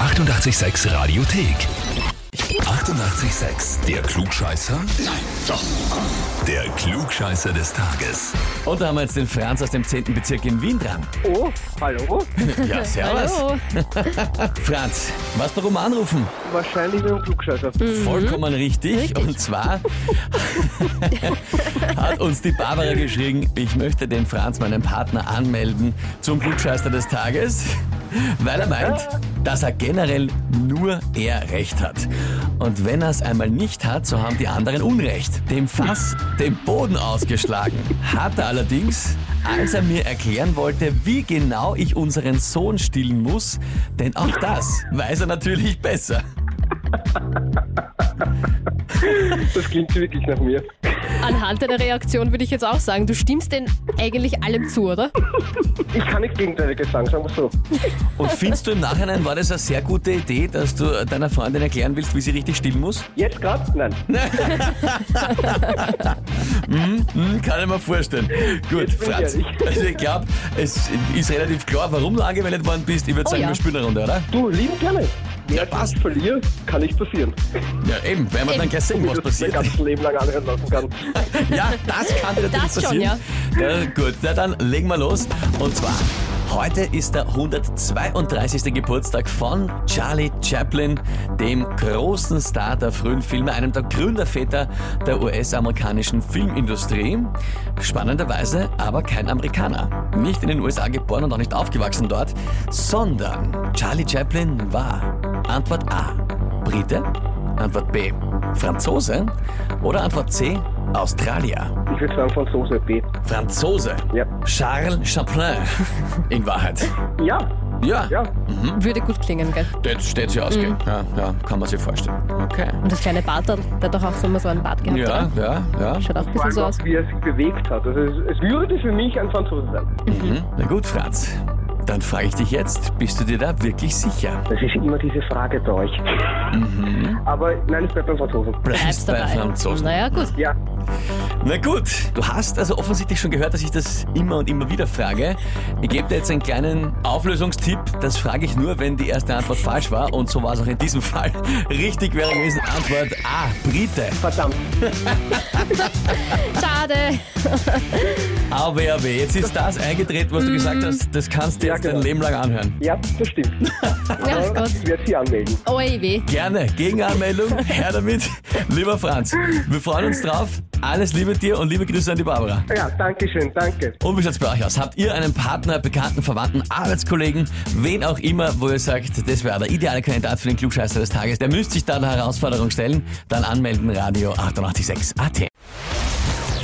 886 Radiothek. 88,6. Der Klugscheißer? Nein, doch. Der Klugscheißer des Tages. Und da haben wir jetzt den Franz aus dem 10. Bezirk in Wien dran. Oh, hallo? Ja, servus. Hallo. Franz, was darum anrufen? Wahrscheinlich mit dem Klugscheißer. Hm. Vollkommen richtig. Und zwar hat uns die Barbara geschrieben, ich möchte den Franz, meinen Partner, anmelden zum Klugscheißer des Tages, weil er meint, dass er generell nur er recht hat. Und wenn er es einmal nicht hat, so haben die anderen Unrecht. Dem Fass den Boden ausgeschlagen. Hat er allerdings, als er mir erklären wollte, wie genau ich unseren Sohn stillen muss, denn auch das weiß er natürlich besser. Das klingt wirklich nach mir. Oh, Anhand deiner Reaktion würde ich jetzt auch sagen, du stimmst denn eigentlich allem zu, oder? Ich kann nichts Gegenteiliges sagen, sagen wir so. Und findest du im Nachhinein, war das eine sehr gute Idee, dass du deiner Freundin erklären willst, wie sie richtig stillen muss? Jetzt gerade? Nein. Hm, kann ich mir vorstellen. Gut, Jetzt bin ich Franz. ehrlich. Also ich glaube, es ist relativ klar, warum du angemeldet worden bist. Ich würde Oh sagen, ja. wir spielen eine Runde, oder? Du, lieben gerne. Ja, Wer passt. passt verlieren, kann nicht passieren. Ja, eben, werden wir dann Eben. gleich sehen, was Dass passiert. ich mein ganzes Leben lang anhören lassen kann. Ja, das kann dir natürlich Das schon, passieren. ja. Gut, na dann legen wir los. Und zwar, heute ist der 132. Geburtstag von Charlie Chaplin, dem großen Star der frühen Filme, einem der Gründerväter der US-amerikanischen Filmindustrie. Spannenderweise aber kein Amerikaner. Nicht in den USA geboren und auch nicht aufgewachsen dort, sondern Charlie Chaplin war Antwort A. Brite? Antwort B. Franzose? Oder Antwort C. Australier? Ich würde sagen von Soße B. Franzose. Ja. Charles Chaplin. In Wahrheit. Ja, Ja, ja. Würde gut klingen, gell? das steht sich aus, gell? Ja, ja, kann man sich vorstellen. Okay. Und das kleine Bart, der hat doch auch so immer so einen Bart gehabt. Ja, Oder? ja, ja. Schaut auch Vor ein bisschen allem so aus. auch, wie er sich bewegt hat. Also es, es würde für mich ein Franzose sein. Na gut, Franz. Dann frage ich dich jetzt, bist du dir da wirklich sicher? Das ist immer diese Frage bei euch. Aber nein, ich bleibe beim Franzosen. Bleibst bei dabei. Franzosen. Naja, gut. Ja, Na gut, du hast also offensichtlich schon gehört, dass ich das immer und immer wieder frage. Ich gebe dir jetzt einen kleinen Auflösungstipp. Das frage ich nur, wenn die erste Antwort falsch war. Und so war es auch in diesem Fall. Richtig wäre gewesen Antwort A, Brite. verdammt. Schade. Aber ja, weh, jetzt ist das eingetreten, was du gesagt hast. Das kannst du Ja, jetzt dein genau. Leben lang anhören. Ja, das stimmt. Ja, Aber Gott. ich werde sie anmelden. Oi, weh. Gerne, Gegenanmeldung, her damit. Lieber Franz, wir freuen uns drauf. Alles Liebe dir und liebe Grüße an die Barbara. Ja, danke schön, danke. Und wie schaut's bei euch aus? Habt ihr einen Partner, Bekannten, Verwandten, Arbeitskollegen, wen auch immer, wo ihr sagt, das wäre der ideale Kandidat für den Klugscheißer des Tages, der müsste sich da der Herausforderung stellen? Dann anmelden, Radio 886 AT.